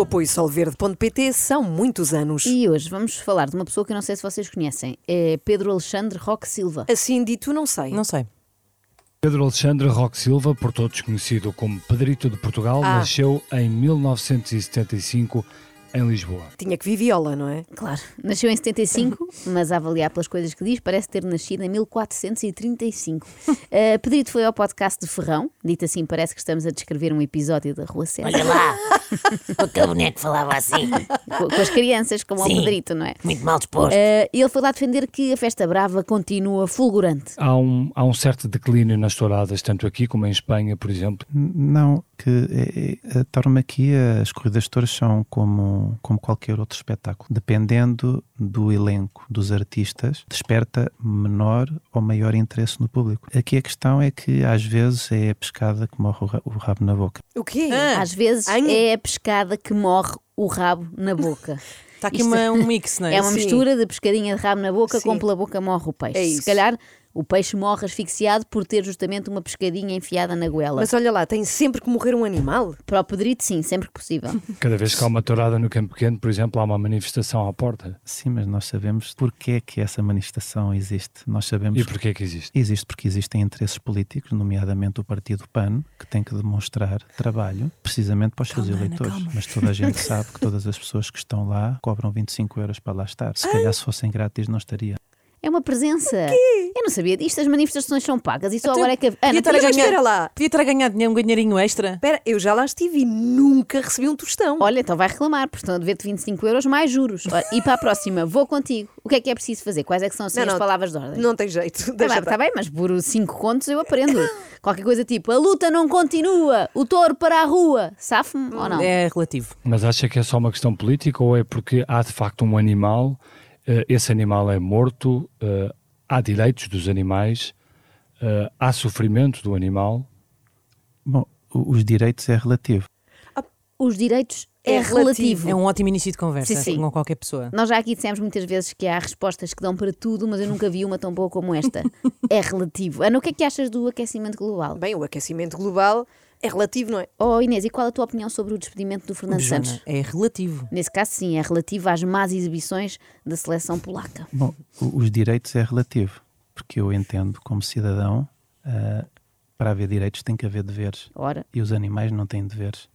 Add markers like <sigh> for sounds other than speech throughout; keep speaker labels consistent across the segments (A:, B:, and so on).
A: apoio solverde.pt são muitos anos.
B: E hoje vamos falar de uma pessoa que eu não sei se vocês conhecem. É Pedro Alexandre Roque Silva.
A: Assim dito, não sei.
C: Não sei.
D: Pedro Alexandre Roque Silva, por todos conhecido como Pedrito de Portugal,
A: Ah.
D: nasceu em 1975 em Lisboa.
A: Tinha que vir viola, não é?
B: Claro, nasceu em
C: <laughs>
B: 75, mas a avaliar pelas coisas que diz, parece ter nascido em 1435. Uh, Pedrito foi ao podcast de Ferrão, dito assim, parece que estamos a descrever um episódio da Rua Sena,
E: Olha lá! o teu boneco falava
C: <laughs>
E: assim,
B: com, com as crianças, como ao
E: Sim.
B: Pedrito, não é?
E: muito mal disposto.
B: Uh, ele foi lá defender que a festa brava continua fulgurante.
D: Há um, há um certo declínio nas touradas, tanto aqui como em Espanha, por exemplo.
F: N- Não, que é, é, a tauromaquia, as corridas de touros são como, como qualquer outro espetáculo. Dependendo do elenco, dos artistas, desperta menor ou maior interesse no público. Aqui a questão é que às vezes é a pescada que morre o ra- o rabo na boca.
A: O quê?
C: Ah,
A: Ah,
B: Às vezes
A: Ai.
B: é a pescada que morre o rabo na boca.
A: tá
C: Está aqui
B: Isto- <laughs>
C: uma- um mix, não é?
B: É uma
A: Sim.
B: mistura de pescadinha de rabo na boca
A: Sim.
B: com pela boca morre o peixe.
A: É
B: Se
A: isso.
B: calhar o peixe morre asfixiado por ter justamente uma pescadinha enfiada na goela.
A: Mas olha lá, tem sempre que morrer um animal.
B: Para o Pedrito, sim, sempre
A: <laughs>
B: que possível.
D: Cada vez que há uma tourada no Campo Pequeno, por exemplo, há uma manifestação à porta.
F: Sim, mas nós sabemos porque é que essa manifestação existe. Nós sabemos
D: E porquê que existe?
F: Existe porque existem interesses políticos, nomeadamente o Partido PAN, que tem que demonstrar trabalho precisamente para os seus eleitores. Mas toda
A: <laughs>
F: a gente sabe que todas as pessoas que estão lá cobram 25 euros para lá estar. Se
A: Ah.
F: calhar se fossem grátis não estaria.
B: É uma presença. Eu não sabia disto, as manifestações são pagas e só
A: Então,
B: agora é que. Ana,
C: Devia estar, a
B: tu-
A: mas
C: ganhar,
A: espera lá.
C: devia estar a ganhar dinheiro, um ganheirinho extra.
A: Espera, eu já lá estive e nunca recebi um tostão.
B: Olha, então vai reclamar, porque estão a dever-te 25 euros mais juros. Ora, E para a próxima, vou contigo. O que é que é preciso fazer? Quais é que são assim,
A: Não,
B: as
A: não.
B: palavras de ordem?
A: Não tem jeito.
B: Está
A: Deixa
B: bem, tá bem, mas por 5 contos eu
A: <laughs>
B: aprendo. Qualquer coisa tipo, a luta não continua, o touro para a rua. Safo-me ou não?
C: É relativo.
D: Mas acha que é só uma questão política ou é porque há de facto um animal, eh, esse animal é morto, eh, há direitos dos animais, eh, há sofrimento do animal?
F: Bom, o- os direitos é relativo.
B: Os direitos
A: É
B: é, relativo.
A: relativo.
C: É um ótimo início de conversa
B: Sim, sim.
C: com qualquer pessoa.
B: Nós já aqui dissemos muitas vezes que há respostas que dão para tudo, mas eu nunca vi uma tão boa como
A: <laughs>
B: esta. é relativo. Ana, o que é que achas do aquecimento global?
A: Bem, o aquecimento global é relativo, não é?
B: Oh Inês, e qual a tua opinião sobre o despedimento do Fernando
C: Joana,
B: Santos?
C: é relativo.
B: Nesse caso, sim, é relativo às más exibições da seleção polaca.
F: Bom, o- os direitos é relativo, porque eu entendo como cidadão, ah, para haver direitos tem que haver deveres.
B: Ora,
F: E os animais não têm deveres.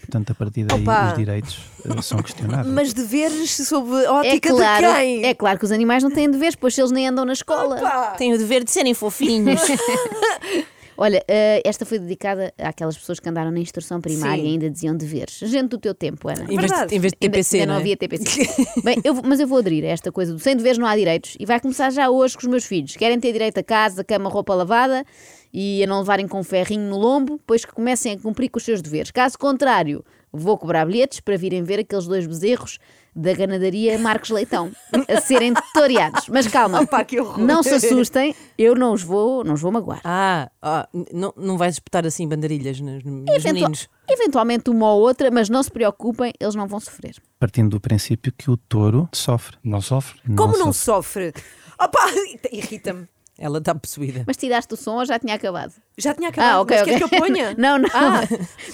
F: Portanto, a partir daí
A: Opa!
F: os direitos eh, são questionados.
A: Mas deveres sob a ótica
B: é claro,
A: de quem?
B: é claro que os animais não têm deveres, pois eles nem andam na escola.
C: Tem o dever de serem fofinhos.
B: <laughs> Olha, eh, esta foi dedicada àquelas pessoas que andaram na instrução primária e ainda diziam deveres. Gente do teu tempo, Ana.
C: em, vez de, em vez de
B: Ainda-
C: TPC,
B: ainda não
C: não é?
B: havia TPC. Bem, eu vou- mas eu vou aderir a esta coisa do sem deveres não há direitos e vai começar já hoje com os meus filhos. Querem ter direito a casa, cama, roupa lavada e a não levarem com um ferrinho no lombo, pois que comecem a cumprir com os seus deveres. Caso contrário, vou cobrar bilhetes para virem ver aqueles dois bezerros da ganadaria Marcos Leitão a serem tutoriados. Mas calma,
A: Opa, que horror.
B: não se assustem, eu não os vou, não os vou magoar.
C: Ah, ah, n- não, não vais espetar assim bandarilhas nos, nos
B: Eventua-
C: meninos.
B: Eventualmente uma ou outra, mas não se preocupem, eles não vão sofrer.
F: Partindo do princípio que o touro sofre.
D: Não sofre?
A: Como
F: Nossa,
A: não sofre? Opa, <laughs> irrita-me.
C: Ela está possuída.
B: Mas tiraste o som ou já tinha acabado?
A: Já tinha acabado.
B: ah, ok,
A: Mas
B: ok.
A: queres que eu ponha?
B: <laughs> não, não.
A: Ah,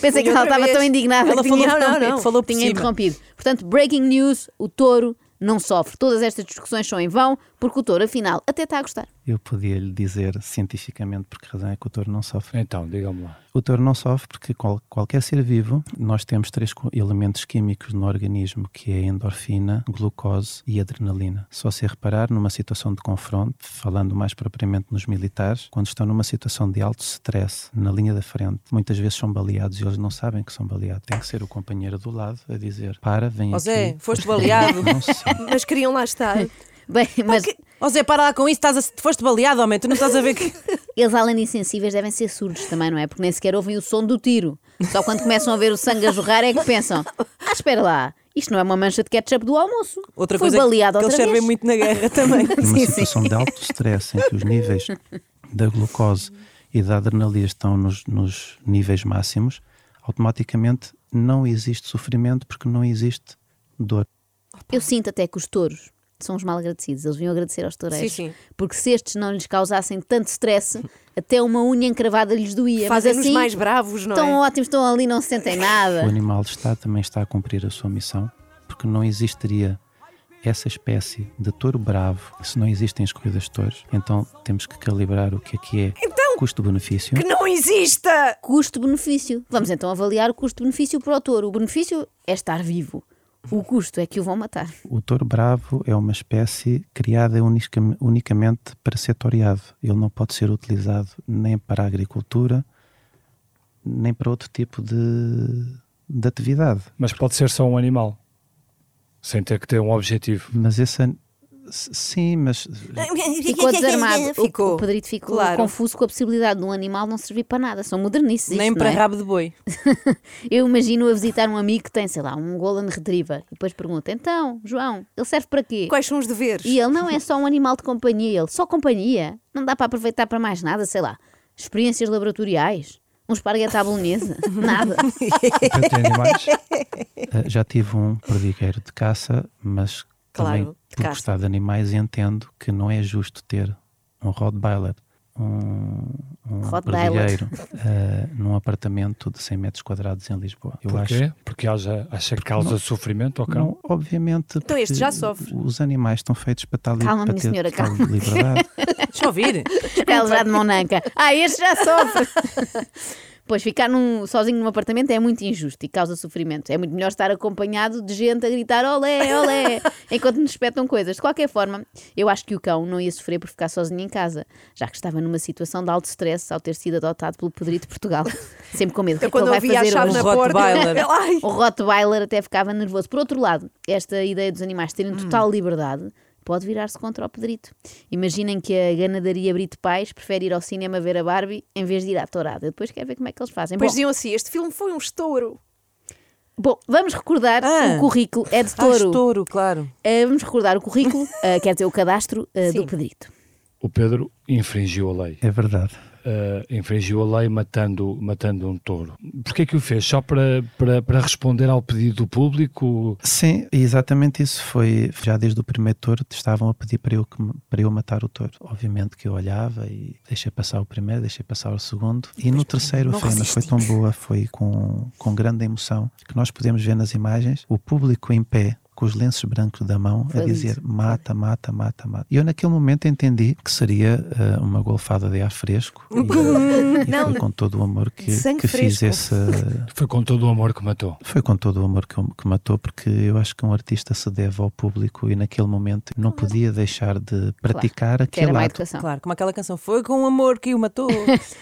B: Pensei
A: ponha
B: que ela
A: outra
B: estava
A: vez.
B: tão indignada
C: Ela
B: que
C: falou
B: tinha,
C: por- não, não. falou por
B: tinha
C: cima.
B: interrompido. Portanto, breaking news: o touro não sofre. Todas estas discussões são em vão, porque o touro, afinal, até está a gostar. <laughs>
F: Eu podia lhe dizer cientificamente por que razão é que o touro não sofre.
D: Então, digam-me lá.
F: O touro não sofre porque qual- qualquer ser vivo, nós temos três co- elementos químicos no organismo, que é a endorfina, glucose e adrenalina. Só se reparar numa situação de confronto, falando mais propriamente nos militares, quando estão numa situação de alto stress, na linha da frente, muitas vezes são baleados e eles não sabem que são baleados. Tem que ser o companheiro do lado a dizer, para, vem
C: Ó
F: aqui.
C: Zé, foste
F: Não <laughs>
C: baleado.
F: sei.
A: Mas queriam lá estar.
B: É, Bem, mas
C: Ó Zé, para lá com isso, estás a- foste baleado, homem. Tu não estás a ver
B: <laughs>
C: que.
B: eles, além de insensíveis, devem ser surdos também, não é? Porque nem sequer ouvem o som do tiro. Só quando começam a ver o sangue a jorrar é que pensam: ah, espera lá, isto não é uma mancha de ketchup do almoço.
C: Outra
B: Fui
C: coisa é
B: baleado
C: que eles
B: outra
C: servem
B: vez.
C: muito na guerra também.
F: numa
B: <laughs> Sim, sim.
F: situação de alto stress em que os níveis da glucose e da adrenalina estão nos, nos níveis máximos, automaticamente não existe sofrimento porque não existe dor.
B: Eu sinto até que os touros são os mal agradecidos. Eles vinham agradecer aos toureiros.
C: Sim, sim.
B: Porque se estes não lhes causassem tanto
A: <laughs>
B: stress, até uma unha encravada lhes doía. Mas
A: Fazem-nos
B: assim,
A: mais bravos, não
B: Estão
A: é?
B: ótimos, estão ali, não se sentem
F: O
B: nada.
F: animal de Estado também está a cumprir a sua missão, porque não existiria essa espécie de touro bravo se não existem as corridas de touros. Então temos que calibrar o que é que é
B: Então,
F: custo-benefício.
A: Que não exista!
B: Custo-benefício. Vamos então avaliar o custo-benefício para o touro. O benefício é estar vivo. O custo é que o vão matar.
A: <laughs>
F: O touro bravo é uma espécie criada unisca- unicamente para ser toreado. Ele não pode ser utilizado nem para a agricultura, nem para outro tipo de, de atividade.
D: Mas pode ser só um animal, sem ter que ter um
F: <laughs>
D: objetivo.
F: Mas essa. Sim, mas
A: é
B: Ficou desarmado. O-
A: Ficou.
B: O Pedrito ficou
A: Claro.
B: confuso com a possibilidade de um animal não servir para nada. São modernices. isto,
C: Nem
B: não
C: para
B: é?
C: rabo de boi.
B: Eu imagino a visitar um amigo que tem, sei lá, um Golden Retriever. E depois pergunta: então, João, ele serve para quê?
A: Quais são os deveres?
B: E ele não é só um animal de companhia, ele só companhia. Não dá para aproveitar para mais nada, sei lá. Experiências laboratoriais. Um esparguete à bolonhesa. <laughs> Nada.
D: Portanto, tem
F: <laughs>
D: animais.
F: Eh, Já tive um perdigueiro de caça, mas
A: Claro,
F: também
A: de
F: por
A: caça.
F: gostar de animais entendo que não é justo ter um Rottweiler, um, um
B: Rottweiler.
F: perdigueiro, eh, num apartamento de 100 metros quadrados em Lisboa. Eu acho
D: Porquê? Porque haja, acha que causa sofrimento ao cão?
F: não, obviamente.
A: Então este
F: porque
A: já sofre.
F: Os animais estão feitos para estar li-
B: Calma,
F: para
B: minha
F: ter
B: senhora,
F: total
B: calma. <laughs>
F: liberdade.
C: Deixa eu ouvir.
B: Ela já de Monanca. Ah, este já sofre. <laughs> Pois ficar num- sozinho num apartamento é muito injusto e causa sofrimento. É muito melhor estar acompanhado de gente a gritar olé, olé, enquanto nos espetam coisas. De qualquer forma, eu acho que o cão não ia sofrer por ficar sozinho em casa, já que estava numa situação de alto stress ao ter sido adotado pelo Pedrito de Portugal. Sempre com medo.
A: Eu
B: o que é que
A: quando
B: ele
A: ouvi
B: vai
A: a
B: fazer
A: chave na
B: hoje?
C: Um
A: porta,
C: Rottweiler.
A: ela, <laughs> ai,
B: O Rottweiler até ficava nervoso. Por outro lado, esta ideia dos animais
C: Hum.
B: terem total liberdade pode virar-se contra o Pedrito. Imaginem que a ganadaria Brito Pais prefere ir ao cinema ver a Barbie em vez de ir à tourada. Eu depois quero ver como é que eles fazem.
A: Depois
B: Bom,
A: diziam assim: este filme foi um estouro.
B: bom, vamos recordar
C: Ah.
B: o currículo. É de
C: Ah,
B: touro. <laughs>
C: estouro, claro.
B: Eh, vamos recordar o
C: <laughs>
B: currículo, eh, quer dizer, o cadastro eh, do Pedrito.
D: O Pedro infringiu a lei.
F: É verdade.
D: Uh, infringiu a lei matando, matando um touro. Porquê que o fez? Só para, para, para responder ao pedido do público?
F: Sim, exatamente isso foi. Já desde o primeiro touro estavam a pedir para eu, que me- para eu matar o touro. Obviamente que eu olhava e deixei passar o primeiro, deixei passar o segundo. E no terceiro a cena foi tão boa, foi com, com grande emoção, que nós podemos ver nas imagens o público em pé. Com os lenços brancos da mão a
B: Foi
F: dizer mata, mata, mata, mata. E eu naquele momento entendi que seria eh, uma golfada de
A: <laughs>
F: ar fresco e, eh, e foi com todo o amor que,
A: Sangue
F: que fiz
A: fresco.
F: esse,
D: Foi com todo o amor que matou.
F: foi com todo o amor que, que matou, porque eu acho que um artista se deve ao público e naquele momento não podia deixar de praticar
B: Que era
F: aquele
B: má
F: ato.
B: educação.
C: Claro, como aquela canção. Foi com amor que
B: <laughs>
C: o matou.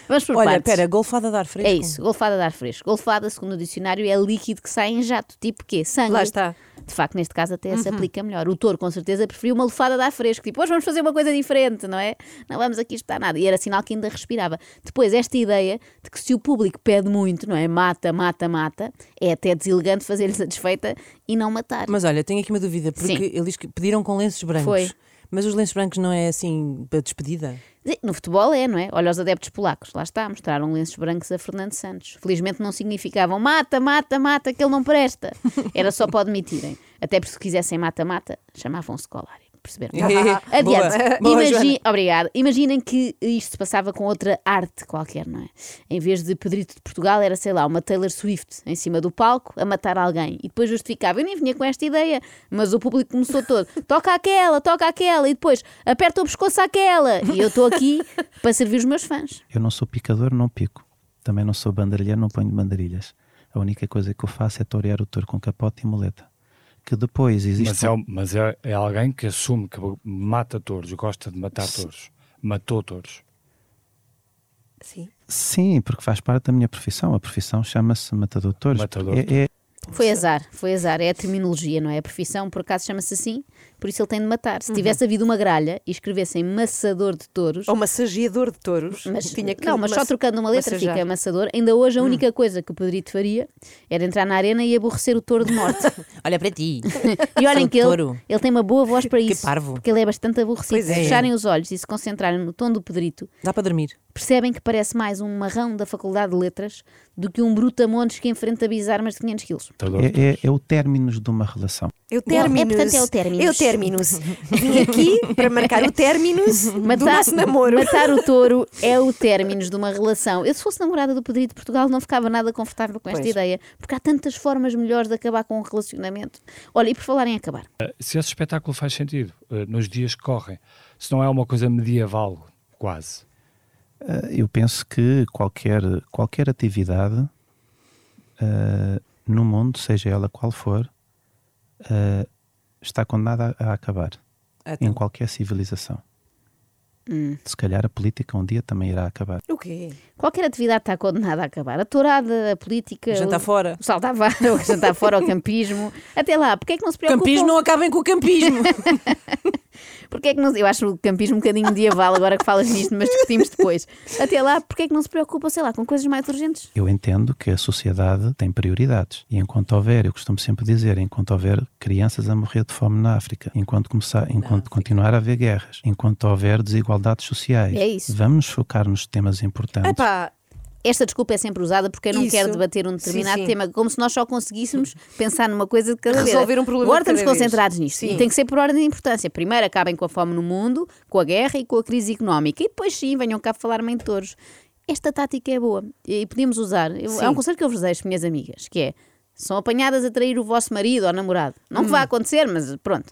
B: Vamos por
C: Olha,
B: partes.
C: pera, golfada de ar fresco.
B: É isso, golfada de ar fresco. Golfada, segundo o dicionário, é líquido que sai em jato, tipo quê? Sangue.
A: Lá está. Uhum.
B: De facto, neste caso até se aplica melhor. O touro, com certeza, preferiu uma lefada de ar fresco. Tipo, hoje vamos fazer uma coisa diferente, não é? Não vamos aqui estar nada. E era sinal que ainda respirava. Depois, esta ideia de que se o público pede muito, não é? Mata, mata, mata, é até deselegante fazer-lhe satisfeita e não matar.
C: Mas olha, tenho aqui uma dúvida, porque
B: Sim.
C: eles que pediram com lenços brancos.
B: Foi.
C: Mas os lenços brancos não é assim
B: <laughs>
C: para despedida?
B: Sim, No futebol é, não é? Olha os adeptos polacos, lá está, mostraram lenços brancos a Fernando Santos. Felizmente não significavam mata, mata, mata, que ele não presta. Era só para admitirem. Até porque se quisessem mata, mata, chamavam-se Colari. Perceberam? Adiante.
C: <laughs> Boa. Boa,
B: Imagi- Obrigada. Imaginem que isto se passava com outra arte qualquer, não é? Em vez de Pedrito de Portugal, era, sei lá, uma Taylor Swift em cima do palco a matar alguém. E depois justificava. Eu nem vinha com esta ideia, mas o público começou todo: toca aquela, toca aquela. E depois aperta o pescoço àquela. E eu estou
C: <laughs>
B: aqui para servir os meus fãs.
F: Eu não sou picador, não pico. Também não sou bandarilheiro, não ponho bandarilhas. A única coisa que eu faço é torear o touro com capote e muleta. Que depois existe.
D: Mas, é, um- mas é, é alguém que assume que mata touros, gosta de matar touros. Matou touros.
A: Sim.
F: Sim, porque faz parte da minha profissão. A profissão chama-se matador de touros.
D: Matador de
F: É, é-
B: Foi azar, foi azar. É a terminologia, não é? A profissão, por acaso, chama-se assim. Por isso ele tem de matar.
C: Uhum.
B: Se tivesse havido uma gralha e escrevessem maçador de touros.
A: Ou massageador de touros.
B: Mas,
A: Tinha que
B: não, mas só
A: massa-
B: trocando uma Hum. letra
A: massajar.
B: fica amassador. Ainda hoje a única coisa que o Pedrito faria era entrar na arena e aborrecer o touro de <laughs> morte.
C: Olha para ti.
B: e olhem
C: Sou
B: que ele,
C: touro.
B: ele tem uma boa voz para
C: Que
B: isso.
C: parvo.
B: Porque ele é bastante aborrecido.
A: Pois
B: se
A: é.
B: fecharem os olhos e se concentrarem no tom do Pedrito,
C: Dá para dormir.
B: percebem que parece mais um marrão da Faculdade de Letras do que um brutamontes que enfrenta bisarmas de 500 quilos.
D: Te adoro.
F: É, é- é o término de uma relação.
A: Eu termino.
B: é, portanto, é o términos.
A: Eu terminos. Vim aqui para marcar o
B: <laughs>
A: terminos do nosso namoro.
B: matar o touro é o términos de uma relação. Eu, se fosse namorada do Pedrito de Portugal, não ficava nada confortável com esta
A: Pois.
B: ideia, porque há tantas formas melhores de acabar com um relacionamento. Olha, e por falar em acabar,
D: Se esse espetáculo faz sentido, eh, nos dias que correm, se não é uma coisa medieval, quase.
F: Ah, Eu penso que qualquer, qualquer atividade ah, no mundo, seja ela qual for, ah, está condenada a, a acabar
C: Ah,
F: em
C: tá.
F: qualquer civilização. Se calhar a política um dia também irá acabar.
A: O quê?
B: qualquer atividade está condenada a acabar. A tourada, a política,
C: Jantar
B: o-
C: fora.
B: o salto à vara, <laughs> o jantar fora, o campismo. Até lá, porque é que não se preocupam?
C: Campismo, não acabem com o campismo.
B: <laughs> Porque é que não, eu acho o campismo um bocadinho medieval agora que falas nisto, mas discutimos depois. Até lá, porque é que não se preocupa, sei lá, com coisas mais urgentes?
F: Eu entendo que a sociedade tem prioridades. E enquanto houver, eu costumo sempre dizer, enquanto houver crianças a morrer de fome na África, enquanto, começar, enquanto continuar a haver guerras, enquanto houver desigualdades sociais,
B: É isso.
F: vamos nos focar nos temas importantes.
A: Epá,
B: Esta desculpa é sempre usada porque eu não
A: Isso.
B: quero debater um determinado
A: Sim, sim.
B: tema, como se nós
A: <laughs>
B: só conseguíssemos pensar numa coisa de cada vez.
A: Resolver um problema de
B: Agora
A: cada vez.
B: estamos concentrados nisto.
A: Sim.
B: E tem que ser por ordem de importância. Primeiro acabem com a fome no mundo, com a guerra e com a crise económica. E depois sim, venham cá falar-me em touros. Esta tática é boa e podemos usar. Eu-
A: Sim.
B: é um conselho que eu vos deixo, minhas amigas, que é são apanhadas a trair o vosso marido ou namorado. Não que
A: Hum.
B: vai acontecer, mas pronto.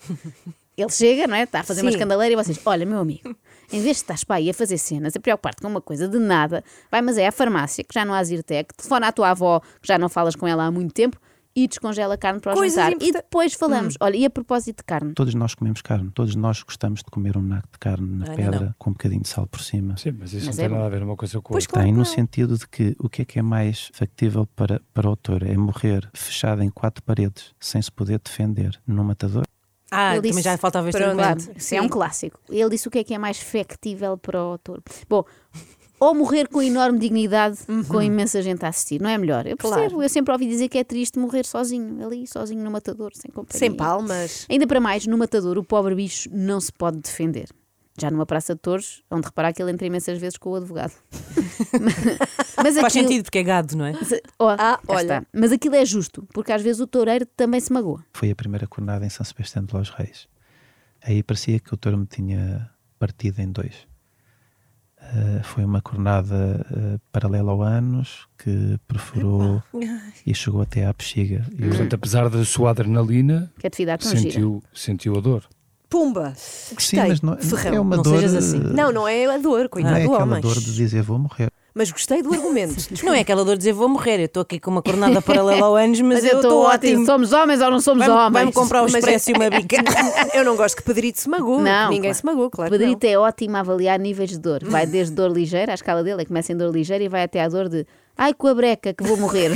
B: Ele chega, não é? Está a fazer uma
A: Sim.
B: escandaleira e vocês, olha, meu amigo, em vez de estás para aí a fazer cenas, a preocupar-te com uma coisa de nada, vai, mas é à farmácia, que já não há Zirtec, telefona à tua avó, que já não falas com ela há muito tempo, e descongela a carne para o
A: Coisas
B: jantar. E
A: importan- Hum.
B: depois falamos, olha, e a propósito de carne?
F: Todos nós comemos carne, todos nós gostamos de comer um naco de carne na
C: Ai, não,
F: pedra
C: não.
F: com um bocadinho de sal por cima.
D: Sim, mas isso
B: Mas
D: não
B: é
D: tem
B: bom.
D: nada a ver uma coisa com a
A: Pois
D: outra.
A: claro
F: Tem
A: que
F: no
A: não.
F: sentido de que o que é que é mais factível para, para o autor é morrer fechado em quatro paredes sem se poder defender no matador?
C: Ah,
B: Ele
C: também
B: disse-
C: já faltava este
A: Pronto.
C: argumento.
B: Claro,
A: Sim.
B: é um clássico. Ele disse o que é que é mais factível para o autor. Bom, ou morrer com enorme dignidade, com imensa gente a assistir, não é melhor? Eu percebo,
A: Uhum. Claro.
B: eu sempre ouvi dizer que é triste morrer sozinho, ali, sozinho no matador, sem companhia.
A: sem palmas.
B: Ainda para mais, no matador, o pobre bicho não se pode defender. Já numa praça de touros, onde reparar que ele entra imensas vezes com o advogado. <laughs> Mas
C: Faz
B: aquilo-
C: sentido, porque é gado, não é?
B: Oh,
A: Ah,
B: cá
A: olha.
B: está. Mas aquilo é justo, porque às vezes o toureiro também se magoa.
F: Foi a primeira coronada em São Sebastião de Los Reis. Aí parecia que o touro me tinha partido em dois. Ah, foi uma coronada ah, paralela ao ânus que perfurou e chegou até à bexiga. E o-
D: Portanto, apesar da sua adrenalina,
B: Que atividade tão Então, gira.
D: sentiu, sentiu a dor.
A: Pumba.
F: Sim,
A: Gostei.
F: mas não,
A: Ferrão.
F: é uma
C: Não
F: dor.
C: sejas assim.
F: ah,
A: Não, não é a dor,
F: não
A: coitado
F: é
A: do
F: aquela
A: homem.
F: dor de dizer vou morrer.
A: Mas gostei do
F: <laughs>
A: argumento.
C: Não é aquela dor de dizer vou morrer, eu estou aqui com uma coronada <laughs> paralela ao anos, mas, eu estou ótimo.
B: Somos homens ou não somos
C: Vai-me
B: homens?
C: vai-me comprar um
A: Mas-
C: expresso e uma bica.
B: <laughs>
A: <laughs> Eu não gosto que Pedrito se magoe.
B: Não,
A: Ninguém
B: claro.
A: se magoou, claro. que não.
B: Pedrito é ótimo a avaliar níveis de dor. Vai desde dor ligeira, a escala dele é que começa em dor ligeira e vai até à dor de ai com a breca que vou
C: <laughs>
B: morrer.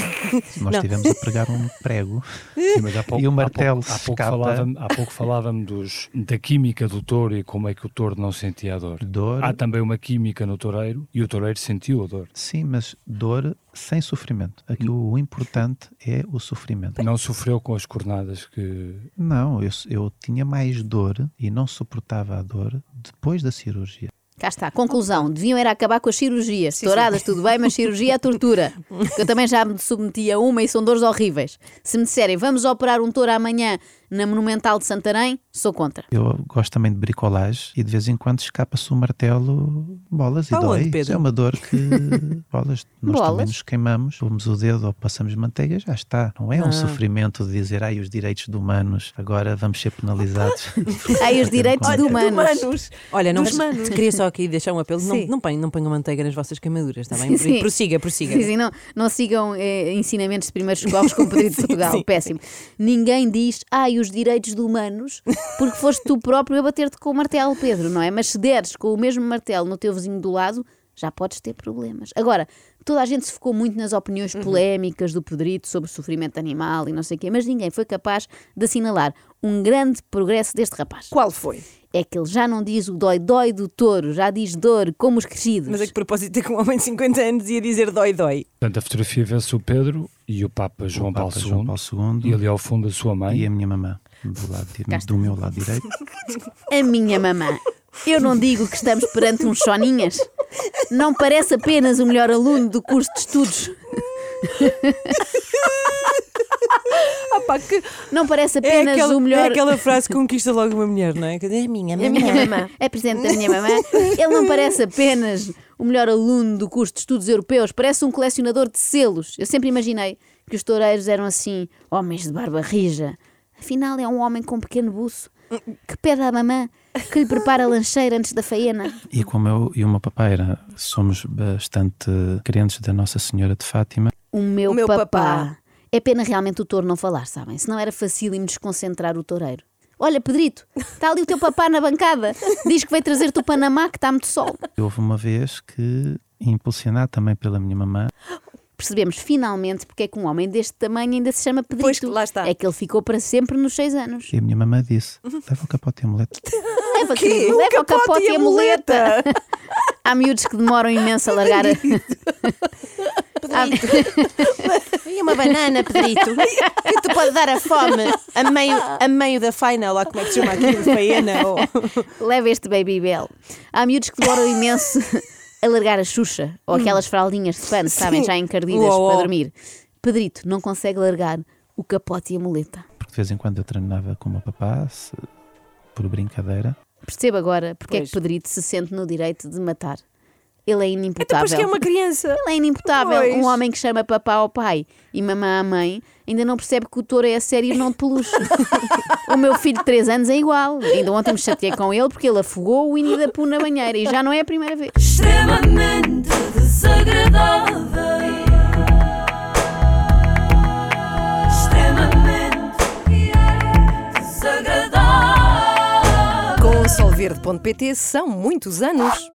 F: Nós tivemos a pregar um prego.
D: Sim, mas há
F: <laughs>
D: pouco-
F: E o
D: há
F: martelo
D: pouco- Há
F: se
D: pouco,
F: escapa.
D: falávamos, há pouco falávamos dos, da química do touro e como é que o touro não sentia a dor.
F: Dor.
D: Há também uma química no toureiro e o toureiro sentiu a dor.
F: Sim, mas dor sem sofrimento. Aqui o importante é o sofrimento.
D: Não sofreu com as cornadas que.
F: Não, eu, eu tinha mais dor e não suportava a dor depois da cirurgia.
B: Cá está, conclusão. Deviam era acabar com as cirurgias. Touradas, tudo bem, mas cirurgia é tortura. Porque Eu também já me submeti a uma e são dores horríveis. Se me disserem vamos operar um touro amanhã na Monumental de Santarém, sou contra.
F: Eu gosto também de bricolagem e de vez em quando escapa-se o martelo, bolas e
C: Para onde,
F: dói.
C: Pedro?
F: É uma dor que
C: <laughs>
F: bolas, nós também
B: Bolas?
F: nos queimamos, pomos o dedo ou passamos manteiga, já está. Não
C: Ah.
F: é um sofrimento de dizer, ai, os direitos de humanos, agora vamos ser
C: <laughs>
F: penalizados.
B: Aí os direitos
F: Olha,
B: é de humanos.
A: Humanos.
C: Olha, não
A: Dos manos.
C: queria só aqui deixar um apelo. Não,
A: Sim.
C: não, ponham, não ponham manteiga nas vossas queimaduras, está bem? <laughs>
B: Sim, sim.
C: Prossiga, prossiga. né?
B: Sim, sim, não, não sigam eh, ensinamentos de primeiros socorros com o pedido
C: <laughs>
B: de Portugal. Péssimo. Ninguém diz, ai, os direitos de humanos, porque foste tu próprio a bater-te com o martelo, Pedro, não é? Mas se deres com o mesmo martelo no teu vizinho do lado, já podes ter problemas. Agora, toda a gente se focou muito nas opiniões
C: Uhum.
B: polémicas do Pedrito sobre o sofrimento animal e não sei o quê, mas ninguém foi capaz de assinalar um grande progresso deste rapaz.
A: Qual foi?
B: É que ele já não diz o dói-dói do touro, já diz dor, como os crescidos.
C: Mas a que propósito ter com um homem de 50 anos ia dizer dói, dói?
D: Portanto, a fotografia vê-se o Pedro e o Papa João,
F: Papa
D: Paulo,
F: João
D: II,
F: Paulo II.
D: E ali ao fundo a sua mãe.
F: E a minha mamã, do, lado di- do meu lado direito.
B: A minha mamã. Eu não digo que estamos perante uns soninhas. Não parece apenas o melhor aluno do curso de estudos.
C: Opa, que-
B: Não parece
C: é,
B: apenas
C: aquela,
B: o melhor.
C: é aquela frase que conquista logo uma mulher, não é? Que É minha,
A: A
C: minha.
A: minha mamã.
B: É presidente da minha mamã. Ele não parece apenas o melhor aluno do curso de estudos europeus, parece um colecionador de selos. Eu sempre imaginei que os toureiros eram assim, homens de barba rija. Afinal, é um homem com um pequeno buço que pede à mamã que lhe prepara a lancheira antes da faena.
F: E como eu e uma papeira somos bastante crentes da Nossa Senhora de Fátima,
B: O meu,
A: O meu
B: papá.
A: papá.
B: É pena realmente o touro não falar, sabem? Senão era fácil e me desconcentrar o toureiro. Olha, Pedrito, está ali o teu papá na bancada. Diz que vai trazer-te o Panamá, que está muito sol.
F: houve uma vez que, impulsionado também pela minha mamã,
B: percebemos finalmente porque é que um homem deste tamanho ainda se chama Pedrito.
A: Pois, lá está.
B: É que ele ficou para sempre nos seis anos.
F: e a minha mamã disse: leva o capote e a muleta.
B: Leva,
A: quê?
B: leva
A: Um
B: o capote e a muleta.
A: <laughs>
B: Há miúdos que demoram imenso a largar. a-
C: Ah. E uma banana, Pedrito, que te pode dar a fome a meio, a meio da faina, lá como é que se chama aquilo, faena. Ou...
B: Leva este Baby Bell. Há miúdos que demoram
A: <laughs>
B: imenso a largar a Xuxa
A: Hum.
B: ou aquelas fraldinhas de pano, sabem, já encardidas
C: Uou,
B: para
C: uou.
B: dormir. Pedrito não consegue largar o capote e a muleta.
F: Porque de vez em quando eu treinava com o meu papá, se- por brincadeira.
B: Percebo agora porque é
C: Pois.
B: que Pedrito se sente no direito de matar. Ele é inimputável.
A: Depois que é uma criança.
B: Ele é inimputável.
A: Pois.
B: Um homem que chama papá ao pai e mamã à mãe ainda não percebe que o touro é a sério e não de peluche. <laughs> o meu filho de 3 anos é igual. Ainda ontem me chateei com ele porque ele afogou o Winnie da Pooh na banheira e já não é a primeira vez.
G: extremamente desagradável. Extremamente desagradável.
A: Com o solverde.pt são muitos anos.